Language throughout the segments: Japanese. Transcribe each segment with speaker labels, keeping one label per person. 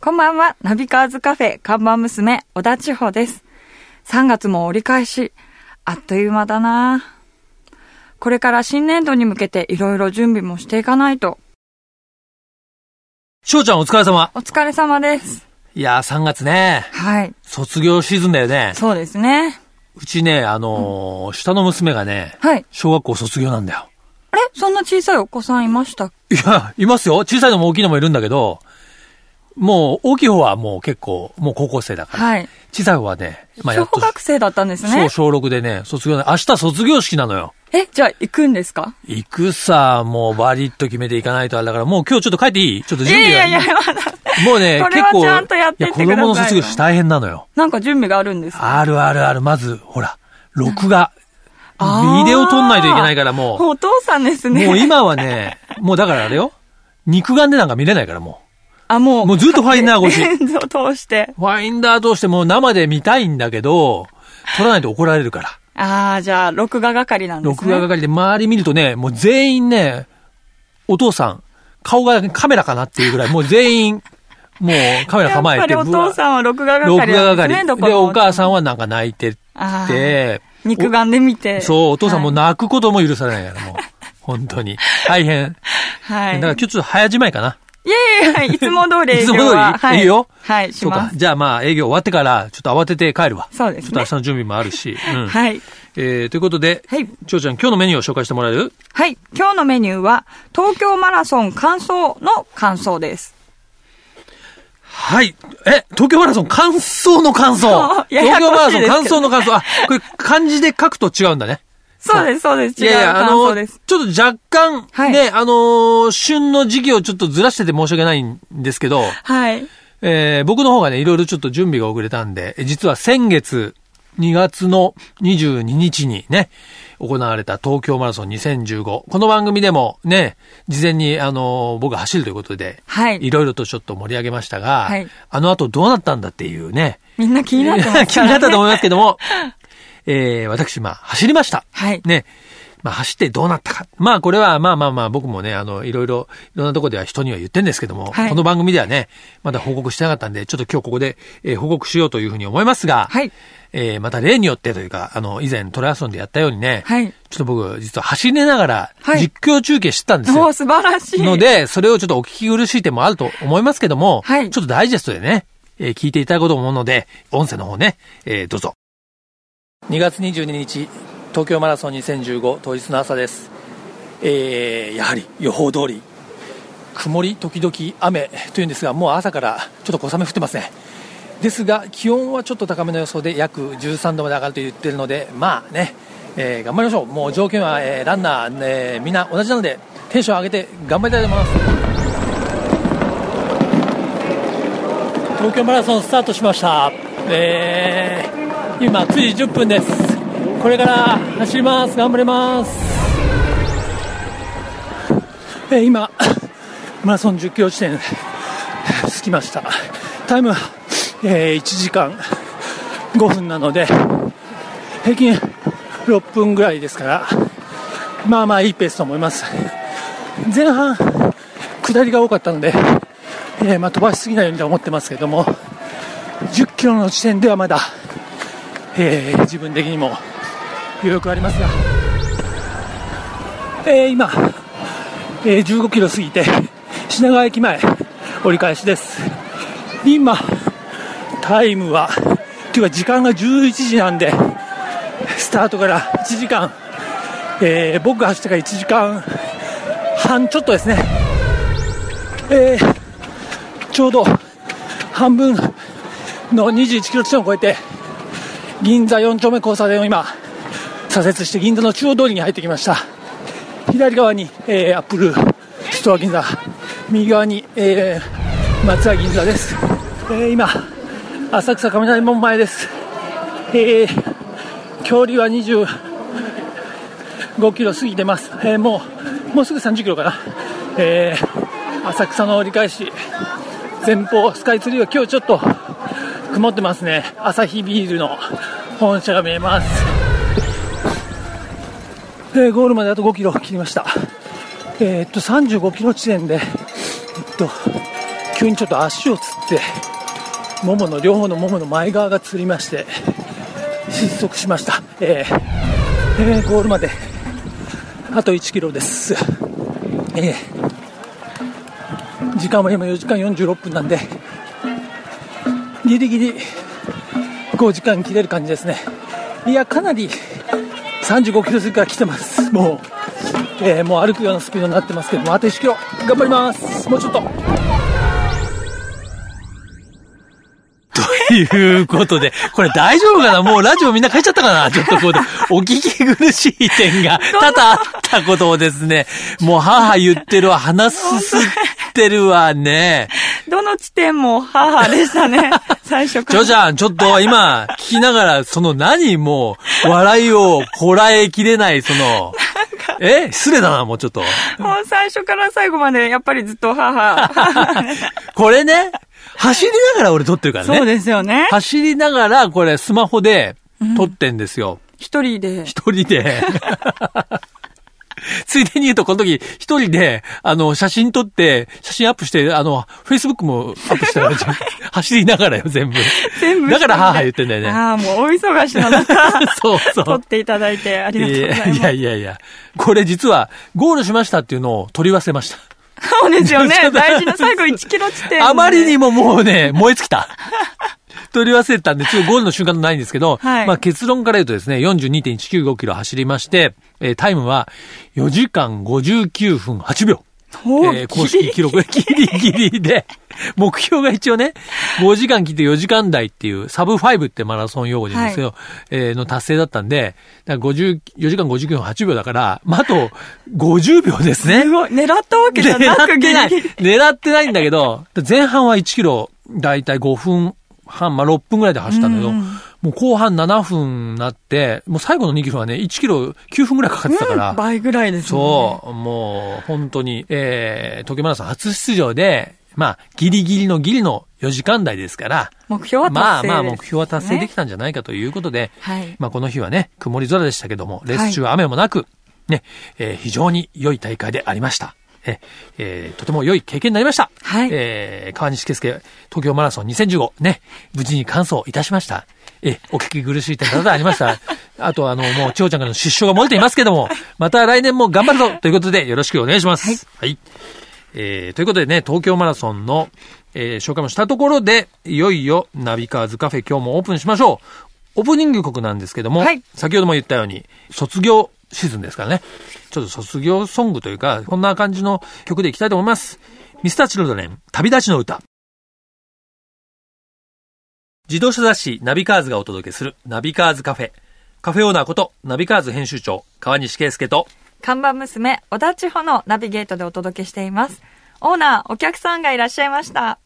Speaker 1: こんばんは、ナビカーズカフェ看板娘、小田千穂です。3月も折り返し、あっという間だなこれから新年度に向けていろいろ準備もしていかないと。
Speaker 2: 翔ちゃんお疲れ様。
Speaker 1: お疲れ様です。
Speaker 2: いやー、3月ね、
Speaker 1: はい。
Speaker 2: 卒業シーズンだよね。
Speaker 1: そうですね。
Speaker 2: うちね、あのー下の娘がね、
Speaker 1: はい。
Speaker 2: 小学校卒業なんだよ。
Speaker 1: あれそんな小さいお子さんいました
Speaker 2: いや、いますよ。小さいのも大きいのもいるんだけど、もう、大きい方はもう結構、もう高校生だから。
Speaker 1: はい。
Speaker 2: 小さい方はね、まあ、や
Speaker 1: 小
Speaker 2: っと、
Speaker 1: 学生だったんです
Speaker 2: そう、
Speaker 1: ね。
Speaker 2: 小6でね、卒業な、明日卒業式なのよ。
Speaker 1: え、じゃあ行くんですか
Speaker 2: 行くさ、もうバリッと決めていかないとあれだから、もう今日ちょっと帰っていいちょっと
Speaker 1: い
Speaker 2: 準
Speaker 1: やい
Speaker 2: 備が。
Speaker 1: やいや、まだ。
Speaker 2: もうね、
Speaker 1: これ
Speaker 2: 結
Speaker 1: は
Speaker 2: 構、
Speaker 1: ちゃんとやっていって
Speaker 2: や、子供の
Speaker 1: くださ
Speaker 2: 卒
Speaker 1: いよ
Speaker 2: 業式大変なのよ。
Speaker 1: なんか準備があるんですか
Speaker 2: あるあるある。まず、ほら、録画。
Speaker 1: あー
Speaker 2: ビデオ撮んないといけないから、も
Speaker 1: お父さんです
Speaker 2: う。
Speaker 1: ね。
Speaker 2: もう。今はね、もうだからあれよ。肉眼でなんか見れないから、も
Speaker 1: あ、も
Speaker 2: う。
Speaker 1: う。
Speaker 2: もうずっとファイ ンダー越し。
Speaker 1: レンズを通して。
Speaker 2: ファインダー通してもう生で見たいんだけど、撮らないと怒られるから。
Speaker 1: ああ、じゃあ、録画係なんですね。
Speaker 2: 録画係で周り見るとね、もう全員ね、お父さん、顔がカメラかなっていうぐらい、もう全員、もうカメラ構えて、
Speaker 1: やっぱりお父
Speaker 2: ん、
Speaker 1: さんは録画
Speaker 2: 録
Speaker 1: 係なんですね。
Speaker 2: 画係。
Speaker 1: どこ
Speaker 2: で、お母
Speaker 1: ん。
Speaker 2: さんはなんか泣いて
Speaker 1: あー
Speaker 2: て、
Speaker 1: 肉眼で見て。
Speaker 2: そう、お父さんも
Speaker 1: はい
Speaker 2: 泣くことも許されない から、もう。本当に。大変。
Speaker 1: はい。
Speaker 2: だから今日ちょっと早じまいかな。
Speaker 1: いやいやいやいつも通り営
Speaker 2: いつ
Speaker 1: 業
Speaker 2: も通り
Speaker 1: は。はい
Speaker 2: いよ
Speaker 1: はい、し
Speaker 2: そう
Speaker 1: ま
Speaker 2: か。
Speaker 1: す。
Speaker 2: じゃあまあ営業終わってから、ちょっと慌てて帰るわ。
Speaker 1: そうですね
Speaker 2: ちょっと明日の準備もあるし。うん。
Speaker 1: はい。
Speaker 2: えー、ということで、
Speaker 1: はい。
Speaker 2: ちょうちゃん今日のメニューを紹介してもらえる
Speaker 1: はい。今日のメニューは、東京マラソン感想の感想です。
Speaker 2: はい。え、東京マラソン感想の感想
Speaker 1: そうややこしい
Speaker 2: 東京マラソ
Speaker 1: です
Speaker 2: ン
Speaker 1: けど
Speaker 2: 感想の感想。あ、これ漢字で書くと違うんだね。
Speaker 1: そうです、そうです。違う感
Speaker 2: あ
Speaker 1: 想
Speaker 2: の、
Speaker 1: です。
Speaker 2: ちょっと若干、
Speaker 1: はい
Speaker 2: ね、あのー旬の時期をちょっとずらしてて申し訳ないんですけど、
Speaker 1: はい。
Speaker 2: えー僕の方がね、いろいろちょっと準備が遅れたんで、え実は先月、2月の22日にね、行われた東京マラソン2015。この番組でもね、事前にあのー僕走るということで、
Speaker 1: はい
Speaker 2: いろいろとちょっと盛り上げましたが、
Speaker 1: はい
Speaker 2: あの後どうなったんだっていうね、
Speaker 1: みんな気になってます
Speaker 2: 気になったと思いますけども、えー私、まあ、走りました。
Speaker 1: はい
Speaker 2: ね。まあ、走ってどうなったか。まあ、これは、まあまあまあ、僕もね、あの、いろいろ、いろんなとこでは人には言ってんですけども、
Speaker 1: はい
Speaker 2: この番組ではね、まだ報告してなかったんで、ちょっと今日ここで、えー報告しようというふうに思いますが、
Speaker 1: はい
Speaker 2: えーまた例によってというか、あの、以前トライアソンでやったようにね、
Speaker 1: はい
Speaker 2: ちょっと僕、実は走りながら
Speaker 1: は、い
Speaker 2: 実況中継してたんですよ。
Speaker 1: もう素晴らしい。
Speaker 2: ので、それをちょっとお聞き苦しい点もあると思いますけども、
Speaker 1: はい
Speaker 2: ちょっとダイジェストでね、えー聞いていただこうと思うので、音声の方ね、えーどうぞ。2月22日、東京マラソン2015当日の朝です。えーやはり予報通り、曇り時々雨というんですが、もう朝からちょっと小雨降ってますね。ですが、気温はちょっと高めの予想で約13度まで上がると言ってるので、まあね、えー頑張りましょう。もう条件は、えーランナー、えーみんな同じなので、テンション上げて頑張りたいと思います。東京マラソンスタートしました、えー、今9時10分ですこれから走ります頑張ります、えー今マラソン10キロ地点着きましたタイムは、えー1時間5分なので平均6分ぐらいですからまあまあいいペースと思います前半下りが多かったので、えーまあ、飛ばしすぎないようにとは思ってますけども10キロの地点ではまだ、えー自分的にも余力ありますが、えー今、えー15キロ過ぎて品川駅前折り返しです今タイムはというか時間が11時なんでスタートから1時間、えー僕が走ってから1時間半ちょっとですね、えーちょうど半分の21キロ地点を超えて銀座4丁目交差点を今左折して銀座の中央通りに入ってきました左側に、えーアップルストア銀座右側に、えー松屋銀座です、えー今浅草雷門前です、えー距離は20 5キロ過ぎてます、えーもうもうすぐ30キロかな、えー浅草の折り返し前方スカイツリーは今日ちょっと曇ってますね朝日ビールの本社が見えます、えーゴールまであと5キロ切りましたえーっと35キロ地点でえっと
Speaker 3: 急にちょっと足をつってももの両方のももの前側がつりまして失速しました、えーえーゴールまであと1キロです、えー時間は今4時間46分なんでギリギリ5時間切れる感じですねいやかなり35キロ過ぎから来てますもう、えーもう歩くようなスピードになってますけどもあと1キロ頑張りますもうちょっと
Speaker 2: ということで、これ大丈夫かなもうラジオみんな変えちゃったかなちょっとこうで、お聞き苦しい点が多々あったことをですね、もう母言ってるわ、話すすってるわね。
Speaker 1: どの地点も母でしたね。最初か
Speaker 2: ジ
Speaker 1: ら。
Speaker 2: ョジャン、ちょっと今、聞きながら、その何もう、笑いをこらえきれない、その、え失礼だな、もうちょ っと。
Speaker 1: もう最初から最後までやっぱりずっと母。母ね
Speaker 2: これね、走りながら俺撮ってるからね。
Speaker 1: そうですよね。
Speaker 2: 走りながら、これスマホで撮ってんですよ。
Speaker 1: 一人で。
Speaker 2: 一人で。 ついでに言うと、この時、一人で、あの、写真撮って、写真アップして、あの、Facebook もアップしてたら、 全部走りながらよ、全部。
Speaker 1: 全部。
Speaker 2: だから母言ってんだよね。
Speaker 1: ああ、もうお忙しな中、
Speaker 2: そうそう。
Speaker 1: 撮っていただいてありがとうございます。
Speaker 2: いやいやいや、これ実は、ゴールしましたっていうのを取り忘れました。
Speaker 1: そうですよね
Speaker 2: ちょっ。と
Speaker 1: 大事な最後1キロ地点、
Speaker 2: あまりに。ももうね、燃え尽きた。取り忘れたんで、ちょっとゴールの瞬間ないんですけど、
Speaker 1: はい
Speaker 2: まあ結論から言うとですね、42.195キロ走りまして、えータイムは4時間59分8秒。
Speaker 1: おー
Speaker 2: えー公式記録がギリギリで、目標が一応ね、5時間切って4時間台っていう、サブ5ってマラソン用語で言うんですけど、えーの達成だったんで、だから50 4時間59分8秒だから、まあ、あと50秒ですね。
Speaker 1: すごい。狙ったわけじゃ
Speaker 2: 狙
Speaker 1: な
Speaker 2: っ
Speaker 1: くギ
Speaker 2: てない。
Speaker 1: リギリ。
Speaker 2: 狙ってないんだけど、前半は1キロ、だいたい5分半、まあ、6分ぐらいで走ったんだけど、
Speaker 1: うん
Speaker 2: もう後半7分になって、もう最後の2キロはね、1キロ9分ぐらいかかってたから、
Speaker 1: 倍ぐらいですもんね。
Speaker 2: そう、もう本当に、えー、東京マラソン初出場で、まあ、ギリギリのギリの4時間台ですから、
Speaker 1: 目標は達
Speaker 2: ま
Speaker 1: 成
Speaker 2: あ
Speaker 1: です、
Speaker 2: まあ目標は達成できたんじゃないかということで、
Speaker 1: はい。
Speaker 2: まあこの日はね、曇り空でしたけども、レース中は雨もなく、ね、えー非常に良い大会でありました。ええーとても良い経験になりました。
Speaker 1: はい
Speaker 2: えー川西圭介、東京マラソン2015、ね、無事に完走いたしました。えーお聞き苦しい点多々あり ました。あと、あの、もう、千代ちゃんからの出生が漏れていますけども、また来年も頑張るぞということで、よろしくお願いします。はい。えーということでね、東京マラソンの、えー紹介もしたところで、いよいよ、ナビカーズカフェ今日もオープンしましょう。オープニング曲なんですけども、
Speaker 1: はい
Speaker 2: 先ほども言ったように、卒業シーズンですからね。ちょっと卒業ソングというか、こんな感じの曲でいきたいと思います。ミスターチルドレン、旅立ちの歌。自動車雑誌ナビカーズがお届けするナビカーズカフェ。カフェオーナーことナビカーズ編集長、川西圭介と、
Speaker 1: 看板娘、小田千穂のナビゲートでお届けしています。オーナー、お客さんがいらっしゃいました。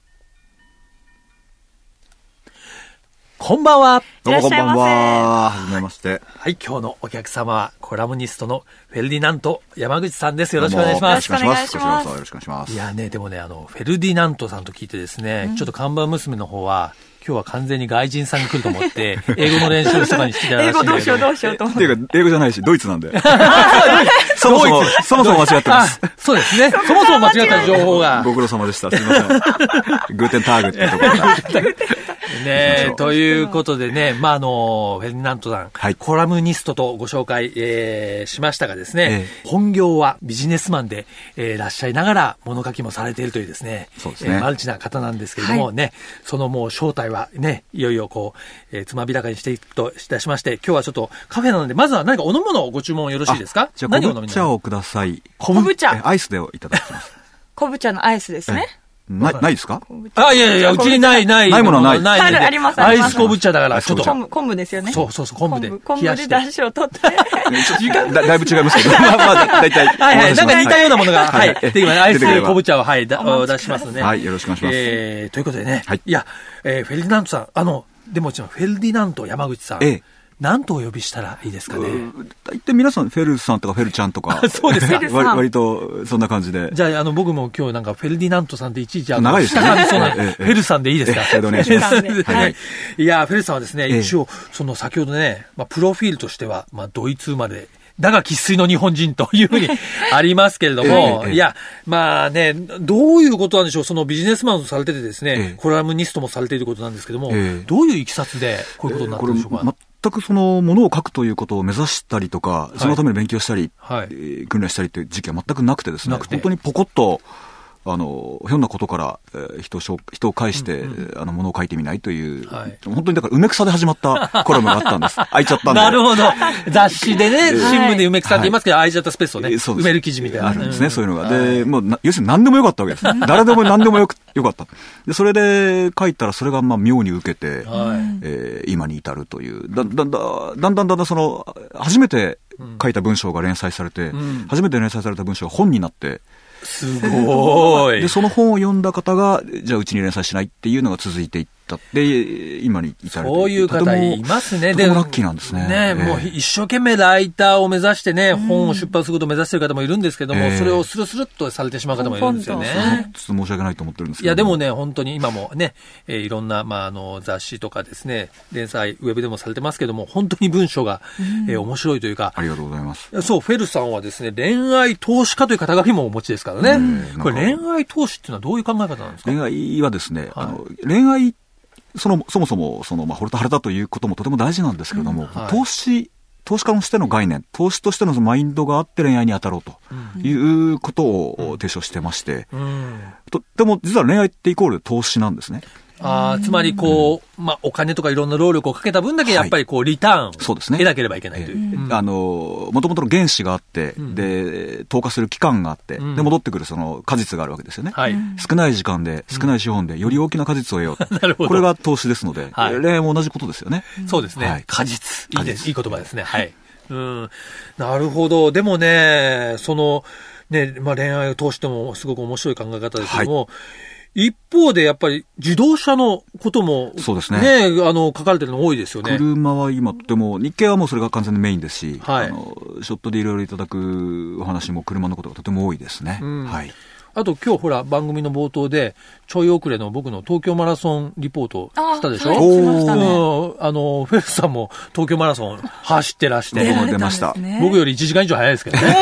Speaker 2: こんばんは。
Speaker 1: い
Speaker 4: どう
Speaker 1: らっ
Speaker 4: もこ
Speaker 1: し
Speaker 4: ん
Speaker 1: ゃいま
Speaker 4: ば
Speaker 1: せ
Speaker 4: んは。はじめまして。
Speaker 2: はい、今日のお客様はコラムニストのフェルディナント山口さんです。よろしくお願いし
Speaker 4: どうも
Speaker 2: ま
Speaker 1: ろ
Speaker 2: す
Speaker 1: し。くお願いします
Speaker 4: こちらこそよろしくお願いしま
Speaker 2: い
Speaker 4: す。
Speaker 2: やね、でもね、あの、フェルディナントさんと聞いてですね、ちょっと看板娘の方は、今日は完全に外人さんが来ると思って、英語の練習とかにしてたらしい
Speaker 1: 英
Speaker 2: んだ
Speaker 1: 語
Speaker 2: けど。
Speaker 1: どうしようどうしようと思っ
Speaker 4: って
Speaker 1: て。
Speaker 4: いうか、英語じゃないし、ドイツなんで。そもそも、そもそも間違ってま
Speaker 2: あ
Speaker 4: す。、
Speaker 2: そうですね。そもそも間違った情報が。
Speaker 4: ご苦労様でした。すみません。グーテンターグってところが。
Speaker 2: ねということでね、まあ、あの、フェルディナントさん、
Speaker 4: はい
Speaker 2: コラムニストとご紹介、えーしましたがですね
Speaker 4: え、
Speaker 2: 本業はビジネスマンで、えーいらっしゃいながら物書きもされているというですね、
Speaker 4: そうですね
Speaker 2: えーマルチな方なんですけれどもね、そのもう正体はね、いよいよこう、えーつまびらかにしていくといたしまして、今日はちょっとカフェなので、まずは何かお飲むのをご注文よろしいですか
Speaker 4: あじゃあ、
Speaker 2: 何を
Speaker 4: 昆
Speaker 2: お飲み
Speaker 4: 布
Speaker 2: にな
Speaker 4: 茶
Speaker 2: る
Speaker 4: をください。
Speaker 1: 昆布茶
Speaker 4: えアイスでいただきます。
Speaker 1: 昆布茶のアイスですね。
Speaker 4: なないですか
Speaker 2: あ、いやいやいや、うちにない、ない。
Speaker 4: ないものはない
Speaker 2: ない
Speaker 1: あるありますあ
Speaker 2: ア
Speaker 1: り
Speaker 2: イ
Speaker 1: ます
Speaker 2: ス昆布茶だから、
Speaker 4: アイス
Speaker 2: ちょっ
Speaker 4: 昆布
Speaker 2: と
Speaker 4: 茶。
Speaker 1: 昆布、昆布ですよね。
Speaker 2: そうそうそう、昆布で
Speaker 1: 昆布、昆
Speaker 2: 冷や
Speaker 1: 布
Speaker 2: し
Speaker 1: で
Speaker 2: て。
Speaker 1: 出汁を取っ て。
Speaker 4: だだいぶ違いますけど。まあまあ、だいたい。
Speaker 2: はいはい。なんか似たようなものが、は
Speaker 4: はい
Speaker 2: い。出てきます。アイス
Speaker 4: 出てくれば
Speaker 2: 昆布茶は、はい、だ
Speaker 1: お
Speaker 2: お
Speaker 1: 待ちください
Speaker 2: 出しますね。
Speaker 4: はいよろしくお願いします
Speaker 2: えーということでね。
Speaker 4: はい
Speaker 2: いや、えーフェルディナントさん、あの、でもちろん、フェルディナント山口さん
Speaker 4: ええ。
Speaker 2: 何とお呼びしたらいいですかね。
Speaker 4: 大体皆さん、フェルさんとかフェルちゃんとか。
Speaker 2: そうですか
Speaker 4: 割割と、そんな感じで。
Speaker 2: じゃあ、あの、僕も今日なんか、フェルディナントさんでいちいち、あの、
Speaker 4: 長いですね
Speaker 2: 下がりそうなんで
Speaker 4: ええ
Speaker 2: フェルさんでいいですか
Speaker 4: ええお願いします
Speaker 1: フェルさんで
Speaker 2: は
Speaker 1: はいい。
Speaker 2: いや、フェルさんはですね、
Speaker 4: ええ
Speaker 2: 一応、その、先ほどね、まあ、プロフィールとしては、まあ、ドイツ生まれ、だが喫水の日本人というふうにありますけれども、
Speaker 4: ええええ
Speaker 2: いや、まあね、どういうことなんでしょう、そのビジネスマンをされててですね、
Speaker 4: ええ
Speaker 2: コラムニストもされていることなんですけども、
Speaker 4: ええ
Speaker 2: どういういきさつでこういうことになった
Speaker 4: こ
Speaker 2: ん
Speaker 4: れ
Speaker 2: でしょうか。
Speaker 4: 全くそのものを書くということを目指したりとか、そのために勉強したり、
Speaker 2: はい
Speaker 4: えー訓練したりという時期は全くなくてですね、
Speaker 2: なくて
Speaker 4: 本当にポコッと、あの、ひょんなことから、えー人を紹人を介して、あの、ものを書いてみないという、
Speaker 2: はい
Speaker 4: 本当にだから、梅草で始まったコラムがあった んです。開いちゃったんで。
Speaker 2: なるほど。雑誌でね、新聞で埋め草って言いますけど、空いちゃったスペースをね、
Speaker 4: えーそうで
Speaker 2: 埋
Speaker 4: す
Speaker 2: める記事みたいな。
Speaker 4: あるんですね、そういうの
Speaker 2: は
Speaker 4: が。
Speaker 2: い
Speaker 4: で、もうな、要するに何でもよかったわけです。誰でも何でもよくよかった。で、それで書いたら、それがまあ妙に受けて、
Speaker 2: はい。
Speaker 4: えー今に至るという、だだんだんだんだんだんだんその、初めて書いた文章が連載されて、
Speaker 2: ん
Speaker 4: 初めて連載された文章が本になって、
Speaker 2: すごい
Speaker 4: で、。その本を読んだ方が、じゃあうちに連載しないっていうのが続いていったで、今に至ると
Speaker 2: そういう方いますね。
Speaker 4: とてもラッキーなんですね。ええ
Speaker 2: もう一生懸命ライターを目指してね、本を出版することを目指してる方もいるんですけども、
Speaker 4: ええ
Speaker 2: それをスルスルっとされてしまう方もいるんですよ
Speaker 4: ちょっ
Speaker 2: ね。
Speaker 4: と申し訳ないと思ってるんですけ
Speaker 2: い
Speaker 4: ど。
Speaker 2: や、でもね、本当に今もね、えーいろんな、まあ、あの、雑誌とかですね、連載、ウェブでもされてますけども、本当に文章が、えー面白いというか
Speaker 4: あ、りがとうございます。
Speaker 2: そう、フェルさんはですね、恋愛投資家という肩書きもお持ちですからね
Speaker 4: う。ん
Speaker 2: これ恋愛投資っていうのはどういう考え方なんですか
Speaker 4: 恋愛はですね、あの恋愛そのそもそもその、まあ、惚れた腫れたということもとても大事なんですけれども、
Speaker 2: はい
Speaker 4: 投資投資家としての概念投資としてのそのマインドがあって恋愛に当たろうということを提唱してまして、
Speaker 2: うん。
Speaker 4: とっても実は恋愛ってイコール投資なんですね
Speaker 2: あーつまりこう、まあ、お金とかいろんな労力をかけた分だけ、
Speaker 4: は
Speaker 2: や
Speaker 4: い
Speaker 2: っぱりこう、リターンを
Speaker 4: そうですね
Speaker 2: 得なければいけないという。うん
Speaker 4: あの、もともとの原子があって、で、投下する期間があって、
Speaker 2: うん
Speaker 4: で、戻ってくるその果実があるわけですよね。
Speaker 2: はい。
Speaker 4: 少ない時間で、少ない資本で、より大きな果実を得よ う。
Speaker 2: なるほど
Speaker 4: これが投資ですので、
Speaker 2: はい
Speaker 4: 恋愛も同じことですよね。
Speaker 2: そうですね。
Speaker 4: はい
Speaker 2: 果実。いいです。い
Speaker 4: 果
Speaker 2: い言葉ですね。はい。うん。なるほど。でもね、その、ね、まあ、恋愛を通してもすごく面白い考え方ですけども、一方でやっぱり自動車のことも、
Speaker 4: そうですね
Speaker 2: あの、書かれてるの多いですよね。
Speaker 4: 車は今とても、日経はもうそれが完全にメインですし、
Speaker 2: はい
Speaker 4: あのショットでいろいろいただくお話も車のことがとても多いですね。
Speaker 2: ん
Speaker 4: はい。
Speaker 2: あと今日ほら、番組の冒頭で、ちょい遅れの僕の東京マラソンリポート
Speaker 1: あ
Speaker 2: したでしょ
Speaker 1: はい
Speaker 4: お
Speaker 1: しましたね
Speaker 2: うんあの、フェルスさんも東京マラソン走ってらして、
Speaker 4: 出られ
Speaker 2: 僕
Speaker 4: て出まし
Speaker 1: 出ら
Speaker 4: た
Speaker 1: れんですね
Speaker 2: 僕より1時間以上早いですけどね。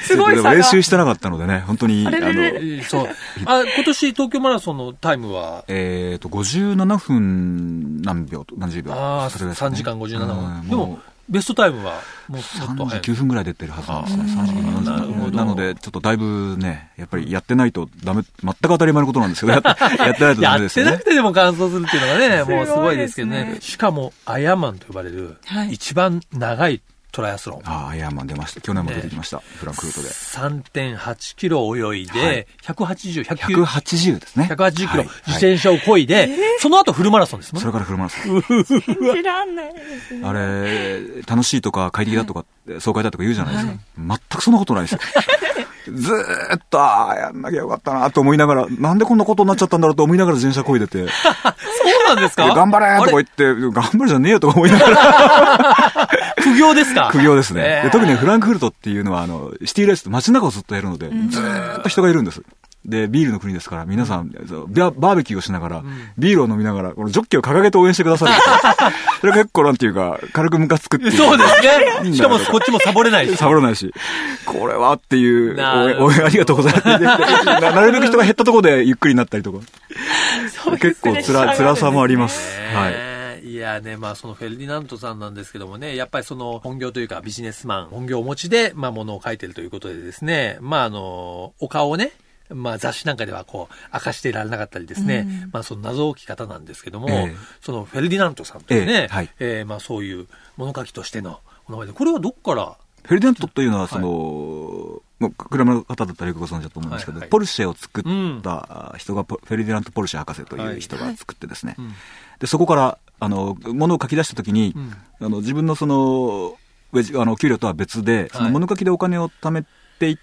Speaker 1: すごい
Speaker 4: で
Speaker 1: 差が
Speaker 4: も 練習してなかったのでね、本当に、あ
Speaker 1: あれれれ
Speaker 4: の、
Speaker 2: そう。あ、今年東京マラソンのタイムは、
Speaker 4: えっ、と、57分何秒と、何十秒。
Speaker 2: ああ、
Speaker 4: それぐらいですか
Speaker 2: 3
Speaker 4: ね
Speaker 2: 時間57
Speaker 4: う
Speaker 2: 分。
Speaker 4: ん
Speaker 2: でも
Speaker 4: も、
Speaker 2: ベストタイムは、もうちょっと早い。
Speaker 4: 39分ぐらい出てるはずなんですね。3時間
Speaker 2: あーな
Speaker 4: 40
Speaker 2: る
Speaker 4: 分
Speaker 2: ほど
Speaker 4: なので、ちょっとだいぶね、やっぱりやってないとダメ、全く当たり前のことなんですけど、やっやってないとダメ
Speaker 2: や
Speaker 4: で
Speaker 2: っ
Speaker 4: す
Speaker 2: て
Speaker 4: よ
Speaker 2: な
Speaker 4: ね
Speaker 2: く。てでも完走するっていうのがね、もうす
Speaker 1: す
Speaker 2: ご
Speaker 1: ご
Speaker 2: い
Speaker 1: い
Speaker 2: で
Speaker 1: ですす
Speaker 2: け
Speaker 1: ね
Speaker 2: どね。しかも、アヤマンと呼ばれる
Speaker 1: はい、
Speaker 2: 一番長いトライアスロン。
Speaker 4: ああ、いや、まあ出ました。去年も出てきました。フランクフルトで。
Speaker 2: 3.8キロ泳い
Speaker 4: は
Speaker 2: で
Speaker 4: い、
Speaker 2: 180、190
Speaker 4: 180ですね。
Speaker 2: 180キロ、
Speaker 4: はい
Speaker 2: 自転車を漕いで、その後フルマラソンですもん
Speaker 4: そ
Speaker 2: ね。
Speaker 4: れからフルマラソン。
Speaker 1: 信じらんないですね
Speaker 4: あれ、楽しいとか快適だとか、爽快だとか言うじゃないですか。全くそんなことない ですよ。ずーっと、ああ、やんなきゃよかったなと思いながら、なんでこんなことになっちゃったんだろうと思いながら自転車こいでて、で
Speaker 2: そうなんですか
Speaker 4: 頑張れーとか言
Speaker 2: あ
Speaker 4: って、頑張るじゃねえよとか思いながら、
Speaker 2: れ苦行ですか
Speaker 4: 苦行ですね
Speaker 2: え。え
Speaker 4: で特にフランクフルトっていうのは、あの、シティレースと街中をずっとやるので、ずーっと人がいるんです。で、ビールの国ですから、皆さん、そうビャバーベキューをしながら、ビールを飲みながら、このジョッキを掲げて応援してくださるんですよそれが結構なんていうか、軽くムカつくっていう か
Speaker 2: そう ですね。しかもこっちもサボれないし。
Speaker 4: サボらないし、これはっていう、
Speaker 2: な
Speaker 4: 応
Speaker 2: る
Speaker 4: 援応援ありがとうございます。ななるべく人が減ったところでゆっくりになったりとか、
Speaker 1: そういう
Speaker 4: 結構
Speaker 1: プレッシャーがあるん
Speaker 4: 辛
Speaker 1: ですね
Speaker 4: 辛さもあります。はい。
Speaker 2: い。いやね、まあそのフェルディナントさんなんですけどもね、やっぱりその本業というかビジネスマン、本業をお持ちで、まあものを書いてるということでですね、まああの、お顔をね、まあ雑誌なんかではこう、明かしていられなかったりですね、まあその謎置き方なんですけども、
Speaker 4: ええ
Speaker 2: そのフェルディナントさんというね、え
Speaker 4: ええはい
Speaker 2: ーまあそういう物書きとしてのお名前で、これはどっから
Speaker 4: フェルディナントというのは、その、もう車の方だったらよくご存知だと思うんですけ
Speaker 2: は
Speaker 4: ど、
Speaker 2: いはい
Speaker 4: ポルシェを作
Speaker 2: うん
Speaker 4: った人がポ、フェルディナント・ポルシェ博士という人が作ってですね、
Speaker 2: ん
Speaker 4: でそこから、あの、ものを書き出したときに、あの、自分のその、ウェジあの給料とは別で、その物書きでお金を貯めていっ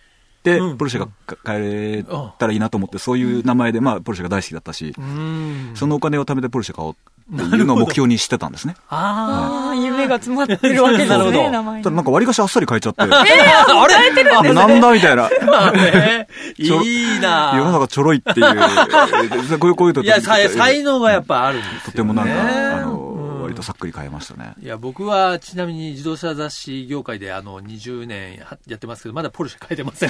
Speaker 4: て、
Speaker 2: うん
Speaker 4: ポルシェがか買えたらいいなと思って、そういう名前で、まあ、ポルシェが大好きだったし、
Speaker 2: うん。
Speaker 4: そのお金を貯めてポルシェ買おうっていうのを目標にしてたんですね。
Speaker 2: あ
Speaker 1: ああ夢が詰まってるわけで
Speaker 2: なる
Speaker 1: す
Speaker 2: ほど
Speaker 1: ね名前
Speaker 4: ただ
Speaker 1: に
Speaker 4: なんか割りかしあっさり変えち ゃって、
Speaker 2: あ、あれ
Speaker 4: なんだみた いな。
Speaker 2: まあね、い
Speaker 4: ちょ
Speaker 2: いな
Speaker 4: 世の中ちょろ いっていうえー、こういうこういうと
Speaker 2: いや、さ
Speaker 4: とても
Speaker 2: 才能がやっぱあるんですよ、ね。
Speaker 4: とてもなんか、あの、
Speaker 2: うん
Speaker 4: 割割とさっくり変えましたね。
Speaker 2: いや、僕はちなみに自動車雑誌業界であの20年はやってますけど、まだポルシェ書いてま せん、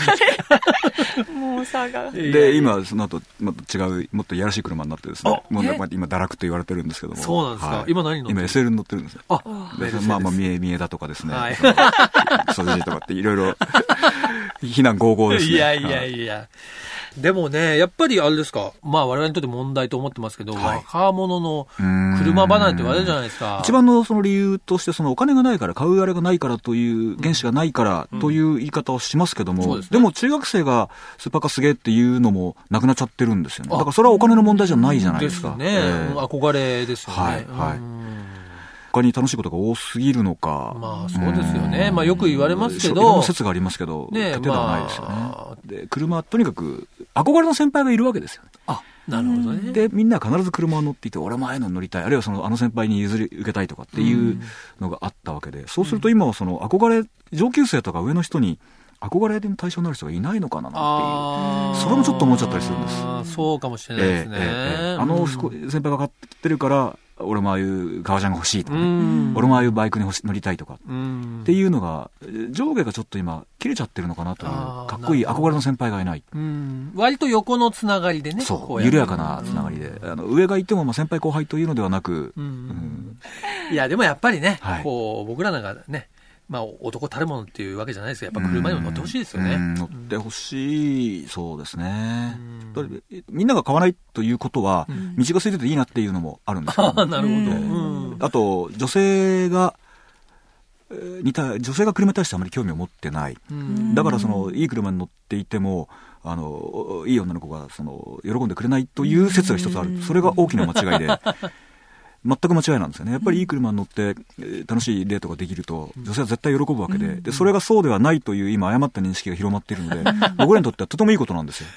Speaker 1: もう差が。
Speaker 4: で、今、その後、また違う、もっといやらしい車になってですね。もう
Speaker 1: え
Speaker 4: まあ今、堕落と言われてるんですけども。
Speaker 2: そうなんですか
Speaker 4: はい
Speaker 2: 今何乗ってる
Speaker 4: 今、SL に乗ってるんですよ。
Speaker 2: あ、
Speaker 4: で
Speaker 2: メルセデス
Speaker 4: まあまあ、見え、見えだとかですね。
Speaker 2: はい
Speaker 4: そのクソじじいとかって、いろい ろ、非難合々ですね。
Speaker 2: いやいや
Speaker 4: はい
Speaker 2: いや。でもね、やっぱりあれですか、まあ我々にとって問題と思ってますけど、
Speaker 4: はい
Speaker 2: 若者の車離れって言われるじゃないですか。
Speaker 4: 一番のその理由として、そのお金がないから、買うあれがないからという、原資がないからという言い方をしますけど
Speaker 2: そう
Speaker 4: も、
Speaker 2: ですね
Speaker 4: でも中学生がスーパーカーすげえっていうのもなくなっちゃってるんですよね。
Speaker 2: あ
Speaker 4: だからそれはお金の問題じゃないじゃない
Speaker 2: で
Speaker 4: です
Speaker 2: す
Speaker 4: か。
Speaker 2: ね、
Speaker 4: ええ
Speaker 2: うん憧れですよね。
Speaker 4: はいはい
Speaker 2: うん
Speaker 4: 他に楽しいことが多すぎるのか。
Speaker 2: まあそうですよねまあよく言われますけど
Speaker 4: いろんな説がありますけど、
Speaker 2: ねえ
Speaker 4: 手ではないですよね。
Speaker 2: まあ
Speaker 4: で、車、とにかく、憧れの先輩がいるわけですよね。
Speaker 2: あ、なるほどね。
Speaker 4: で、みんな必ず車を乗っていて、俺もああいうの乗りたい、あるいはその、あの先輩に譲り受けたいとかっていうのがあったわけで、そうすると今はその、憧れ、上級生とか上の人に、憧れの対象になる人がいないのかななんていう。
Speaker 2: あー
Speaker 4: それもちょっと思っちゃったりするんです
Speaker 2: あーそうかもしれないで
Speaker 4: え
Speaker 2: す
Speaker 4: え
Speaker 2: ね。
Speaker 4: ええええあの、
Speaker 2: うん
Speaker 4: すこ先輩が買ってるから、俺もああいう革ジャンが欲しいと
Speaker 2: う
Speaker 4: かね、
Speaker 2: ん。
Speaker 4: 俺もああいうバイクに欲し乗りたいとか
Speaker 2: うん
Speaker 4: っていうのが、えー上下がちょっと今、切れちゃってるのかなという、
Speaker 2: あー
Speaker 4: かっこいい
Speaker 2: なるほ
Speaker 4: 憧れの先輩がいない。
Speaker 2: うん割と横のつながりでね。
Speaker 4: そ
Speaker 2: こ
Speaker 4: う、
Speaker 2: やって
Speaker 4: 緩やかなつながりで、あの上がいてもまあ先輩後輩というのではなく、
Speaker 2: う
Speaker 4: うんん
Speaker 2: いや、でもやっぱりね、
Speaker 4: はい
Speaker 2: こう、僕らなんかね、まあ、男たるものっていうわけじゃないですけど、やっぱ車にも乗ってほしいですよね。
Speaker 4: うん乗ってほしい、そうですね
Speaker 2: うん。
Speaker 4: だってえみんなが買わないということは、
Speaker 2: うん
Speaker 4: 道が空いてていいなっていうのもあるんですけ
Speaker 2: あ
Speaker 4: ど
Speaker 2: あ、なるほど。
Speaker 4: ええ
Speaker 2: うん
Speaker 4: あと、女性が、えーにた女性が車に対してあまり興味を持ってない。
Speaker 2: うん
Speaker 4: だからそのいい車に乗っていてもあのいい女の子がその喜んでくれないという説が一つあるそれが大きな間違 いで全く間違いなんですよねやっぱりいい車に乗ってえー楽しいデートができると女性は絶対喜ぶわけででそれがそうではないという今誤った認識が広まっているので僕らにとってはとてもいいことなんですよ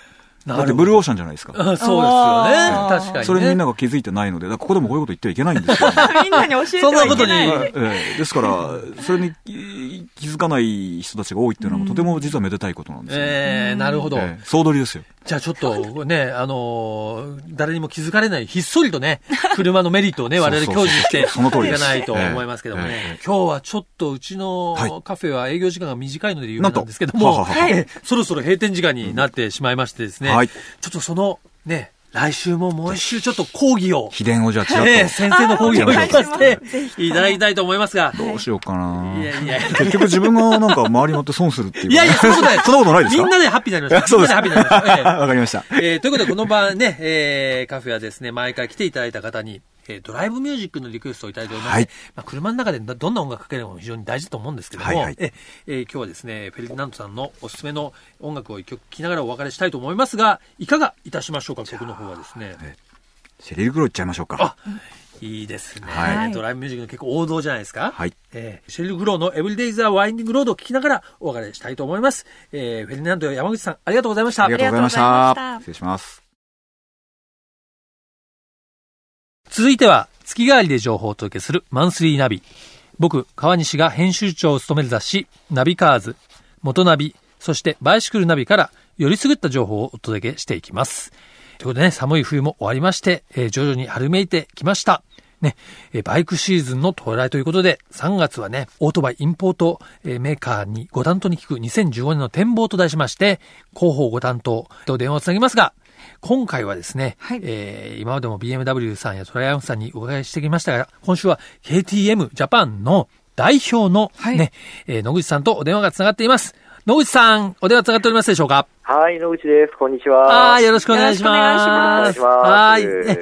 Speaker 2: なるほど
Speaker 4: だってブルーオーシャンじゃないですか
Speaker 2: あ そうですよね
Speaker 1: あ。ー
Speaker 2: 確かに、ね。
Speaker 4: それにみんなが気づいてないのでだからここでもこういうこと言ってはいけな いんですけど
Speaker 1: みんなに教えて
Speaker 2: そんな
Speaker 1: はい
Speaker 2: こと
Speaker 1: け
Speaker 2: に
Speaker 1: ない。
Speaker 4: ええですから、それに気気づかない人たちが多いっていうのは、とても実はめでたいことなんですよね。
Speaker 2: ええなるほど。
Speaker 4: ええ総取りですよ。
Speaker 2: じゃあちょっとね、あのー誰にも気づかれない、ひっそりとね、車のメリットをね、
Speaker 4: そう
Speaker 2: 我々享受して
Speaker 4: そうそうその通
Speaker 2: い
Speaker 4: りで
Speaker 2: か
Speaker 4: す
Speaker 2: ないと思いますけども
Speaker 4: ええ
Speaker 2: ね
Speaker 4: え。
Speaker 2: 今日はちょっとうち
Speaker 4: は
Speaker 2: のカフェは営業時間が短いので有名
Speaker 4: なんと
Speaker 2: なんですけども、
Speaker 4: はははは
Speaker 2: ええそろそろ閉店時間になってしまいましてですね、
Speaker 4: はい
Speaker 2: ちょっとそのね、来週ももう一週ちょっと講義を、
Speaker 4: 秘伝をじ ゃあちらっと。
Speaker 2: ええ先生の講義を
Speaker 4: あー
Speaker 2: 聞かせていただきたいと思いますが、
Speaker 4: どうしようかない
Speaker 2: やいや
Speaker 4: 結局自分がなんか周り乗って損するっていう。
Speaker 2: いやい や、そんなことないです。
Speaker 4: そんなことないですか
Speaker 2: みんなでハッピーにな りました。
Speaker 4: そう
Speaker 2: みん
Speaker 4: で
Speaker 2: なですハッピーになりました。ええ
Speaker 4: わかりました。
Speaker 2: えーということで、この晩ね、えーカフェはですね、毎回来ていただいた方に、えードライブミュージックのリクエストをいただいておりまして、
Speaker 4: はい
Speaker 2: まあ、車の中でどどんな音楽かけるのも非常に大事だと思うんですけども、
Speaker 4: はいはい
Speaker 2: ええー今日はですね、フェルディナンドさんのおすすめの音楽を一曲聴きながらお別れしたいと思いますが、いかがいたしましょうか、曲の方はですね。
Speaker 4: シェリル・クロー行っちゃいましょうか。
Speaker 2: いいですね、
Speaker 4: はい
Speaker 2: ドライブミュージックの結構王道じゃないですか。
Speaker 4: はい
Speaker 2: えーシェリル・グローのエブリデイ・ザ・ワインディング・ロードを聴きながらお別れしたいと思います。えーフェルディナンド山口さん、ありがとうございました
Speaker 4: あり。がとうございまし
Speaker 1: ありがとうございました
Speaker 4: た。失礼します。
Speaker 2: 続いては月替わりで情報をお届けするマンスリーナビ。僕、川西が編集長を務める雑誌、ナビカーズ、元ナビ、そしてバイシクルナビからよりすぐった情報をお届けしていきます。ということでね、寒い冬も終わりまして、えー徐々に春めいてきました。ね、えーバイクシーズンの到来ということで、3月はね、オートバイインポート、えーメーカーにご担当に聞く2015年の展望と題しまして、広報ご担当と電話をつなぎますが、今回はですね、
Speaker 1: はい
Speaker 2: えー今までも BMW さんやトライアンフさんにお伺いしてきましたが、今週は KTM ジャパンの代表の
Speaker 1: はい
Speaker 2: ね、えー野口さんとお電話がつながっています。野口さん、お電話つながっておりますでしょうか
Speaker 5: はい、野口です。こんにち
Speaker 2: あ
Speaker 5: は。
Speaker 2: あー、よろしくお願いします。
Speaker 5: よろしくお願いします
Speaker 2: はーい。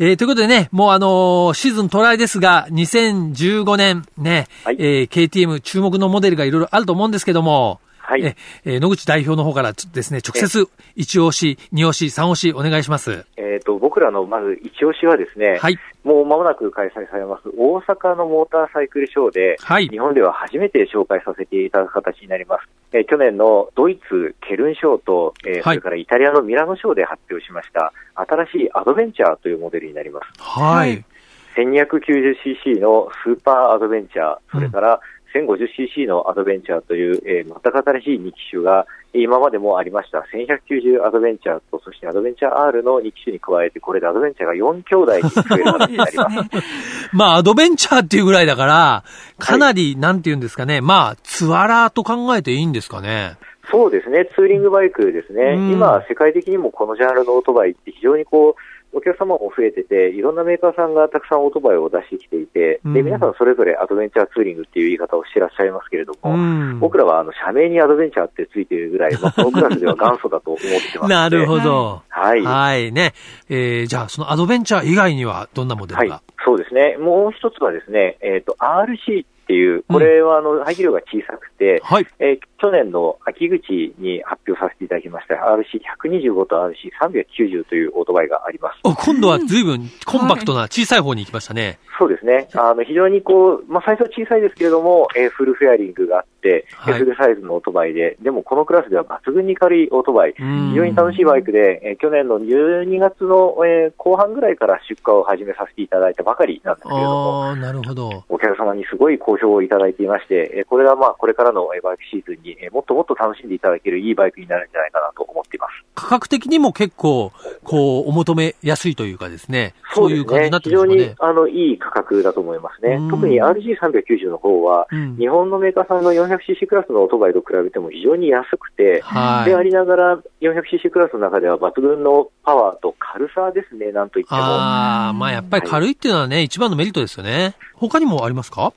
Speaker 2: えーということでね、もうあのーシーズントライですが、2015年ね、
Speaker 5: はい
Speaker 2: えー KTM 注目のモデルがいろいろあると思うんですけども、
Speaker 5: はい
Speaker 2: ええー野口代表の方からちょですね、直接、一押し、二押し、三押し、お願いします。
Speaker 5: えっ、と、僕らのまず一押しはですね、
Speaker 2: はい。
Speaker 5: もう間もなく開催されます大阪のモーターサイクルショーで、
Speaker 2: はい
Speaker 5: 日。本では初めて紹介させていただく形になります。えー去年のドイツケルンショーと、えーそ
Speaker 2: はい
Speaker 5: れからイタリアのミラノショーで発表しました、新しいアドベンチャーというモデルになります。
Speaker 2: は
Speaker 1: はいい。
Speaker 5: 1290cc のスーパーアドベンチャー、それから 1050cc のアドベンチャーという、えー全く新しい2機種が、えー今までもありました1190アドベンチャーと、そしてアドベンチャー R の2機種に加えて、これでアドベンチャーが4兄弟に増えることになり ます。
Speaker 2: まあ、アドベンチャーっていうぐらいだから、かなり、なんて言うんですかね、まあ、ツアラーと考えていいんですかね。
Speaker 5: そうですね、ツーリングバイクですね、
Speaker 2: うん
Speaker 5: 今、世界的にもこのジャンルのオートバイって非常にこう、お客様も増えてて、いろんなメーカーさんがたくさんオートバイを出してきていて、
Speaker 2: うん
Speaker 5: で皆さんそれぞれアドベンチャーツーリングっていう言い方をしてらっしゃいますけれども、
Speaker 2: うん。
Speaker 5: 僕らはあの社名にアドベンチャーってついているぐらい、まあ、このクラスでは元祖だと思ってますので。
Speaker 2: なるほど。
Speaker 5: はい。
Speaker 2: はい、ね。えー、じゃあ、そのアドベンチャー以外には、どんなモデ
Speaker 5: は
Speaker 2: ル
Speaker 5: い
Speaker 2: が、、
Speaker 5: そうですね、もう一つはですね、えっ、と、RC っていう、これはあの、排気量が小さくて、
Speaker 2: はい。
Speaker 5: えー去年の秋口に発表させていただきました RC125 と RC390 というオートバイがあります。
Speaker 2: お、今度は随分コンパクトな小さい方に行きましたね。
Speaker 5: そうですね。あの、非常にこう、まあ、最初は小さいですけれども、えーフルフェアリングがあって、えー
Speaker 2: はい
Speaker 5: フルサイズのオートバイで、でもこのクラスでは抜群に軽いオートバイ、
Speaker 2: うん
Speaker 5: 非常に楽しいバイクで、えー去年の12月の、えー後半ぐらいから出荷を始めさせていただいたばかりなんですけれども、
Speaker 2: ああ、なるほど。
Speaker 5: お客様にすごい好評をいただいていまして、えーこれがまあこれからのえーバイクシーズンにえーもっともっと楽しんでいただけるいいバイクになるんじゃないかなと思っています。
Speaker 2: 価格的にも結構、こう、お求めやすいというかですね。そういう
Speaker 5: です
Speaker 2: 感じ
Speaker 5: ね
Speaker 2: になって
Speaker 5: 非
Speaker 2: る
Speaker 5: 常
Speaker 2: んでしょう
Speaker 5: に
Speaker 2: ね。
Speaker 5: あのいい価格だと思いますね
Speaker 2: うん。
Speaker 5: 特に RG390 の方は、
Speaker 2: うん
Speaker 5: 日本のメーカーさんの 400cc クラスのオートバイと比べても非常に安くて、
Speaker 2: はい。
Speaker 5: でありながら 400cc クラスの中では抜群のパワーと軽さですね、なんといっても。
Speaker 2: ああ、まあやっぱり軽いっていうのはね、一番のメリットですよね。他にもありますか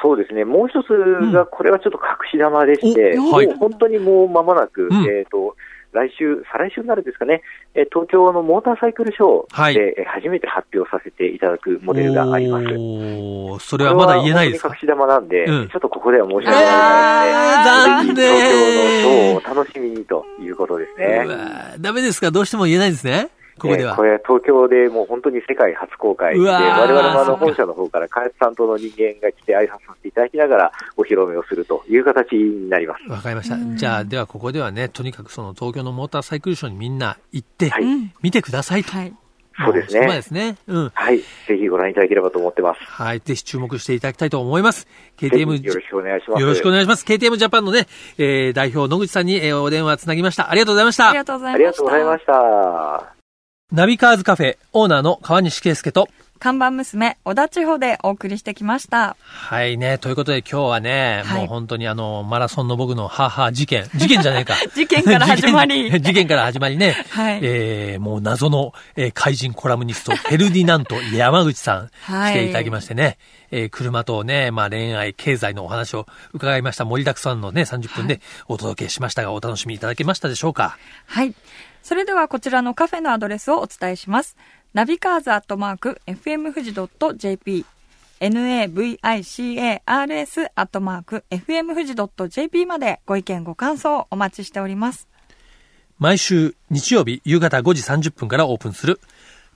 Speaker 5: そうですね、もう一つ
Speaker 2: う
Speaker 5: が、これはちょっと隠し玉でして、
Speaker 2: お
Speaker 5: も
Speaker 2: はいう
Speaker 5: 本当にもう間もな
Speaker 2: う
Speaker 5: く、
Speaker 2: ん
Speaker 5: えっ、と、来週、再来週になるんですかね、えー東京のモーターサイクルショ
Speaker 2: は
Speaker 5: ー
Speaker 2: い
Speaker 5: で、えー初めて発表させていただくモデルがあります。
Speaker 2: おーそ
Speaker 5: こ
Speaker 2: れはまだ言えないです
Speaker 5: は
Speaker 2: か
Speaker 5: 本当に隠し玉なんで、
Speaker 2: うん
Speaker 5: ちょっとここでは申し訳
Speaker 2: あ
Speaker 5: な
Speaker 2: ー
Speaker 5: いの
Speaker 2: 残
Speaker 5: で、ぜひ東京
Speaker 2: 念
Speaker 5: のショーを楽しみにということです
Speaker 2: う
Speaker 5: ね。
Speaker 2: わーダメですかどうしても言えないんですねここで
Speaker 5: えー
Speaker 2: は
Speaker 5: こ。れは東京でもう本当に世界初公開で、
Speaker 2: うわー
Speaker 5: 我々もあ
Speaker 1: そっ
Speaker 5: の
Speaker 1: か
Speaker 5: 本社の方から開発担当の人間が来て挨拶させていただきながらお披露目をするという形になります。
Speaker 2: わかりまし
Speaker 1: う
Speaker 2: た。
Speaker 1: ん
Speaker 2: じゃあ、ではここではね、とにかくその東京のモーターサイクルショーにみんな行って
Speaker 5: は、い
Speaker 1: うん。
Speaker 2: 見てくださいと。
Speaker 1: はい。
Speaker 5: そうですね
Speaker 2: もそこまですね。うん。
Speaker 5: はい。ぜひご覧いただければと思ってます。
Speaker 2: はい。ぜひ注目していただきたいと思います。
Speaker 5: ぜひ
Speaker 2: KTM
Speaker 5: よろしくお願いします。
Speaker 2: よろしくお願いします。KTM ジャパンのね、えー代表野口さんに、えーお電話つなぎました。ありがとうございました。
Speaker 1: ありがとうございました。
Speaker 5: ありがとうございました。
Speaker 2: ナビカーズカフェオーナーの川西圭介と、
Speaker 1: 看板娘、小田地方でお送りしてきました。
Speaker 2: はいね。ということで今日はね、
Speaker 1: はい
Speaker 2: もう本当にあの、マラソンの僕の母事件、事件じゃねえか。
Speaker 1: 事 件から始まり
Speaker 2: 事 件事件から始まりね。
Speaker 1: はい
Speaker 2: えー、もう謎の、えー怪人コラムニ スト、フェルディナント山口さん、
Speaker 1: はい
Speaker 2: 来ていただきましてね。えー車とね、まあ恋愛、経済のお話を伺いました。盛りだくさんのね、30分でお届けしましたが、お楽しみいただけましたでしょうか。
Speaker 1: はい。それではこちらのカフェのアドレスをお伝えします。ナビカーズアットマーク、FM 富士 .jp、navicars アットマーク、FM 富士 .jp までご意見ご感想をお待ちしております。
Speaker 2: 毎週日曜日夕方5時30分からオープンする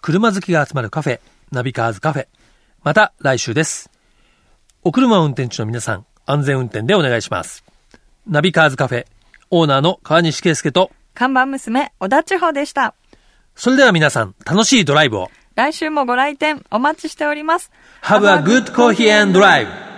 Speaker 2: 車好きが集まるカフェナビカーズカフェまた来週ですお車を運転中の皆さん安全運転でお願いしますナビカーズカフェオーナーの川西圭介と
Speaker 1: 看板娘、小田地方でした。
Speaker 2: それでは皆さん楽しいドライブを
Speaker 1: 来週もご来店お待ちしております。
Speaker 2: Have a good coffee and drive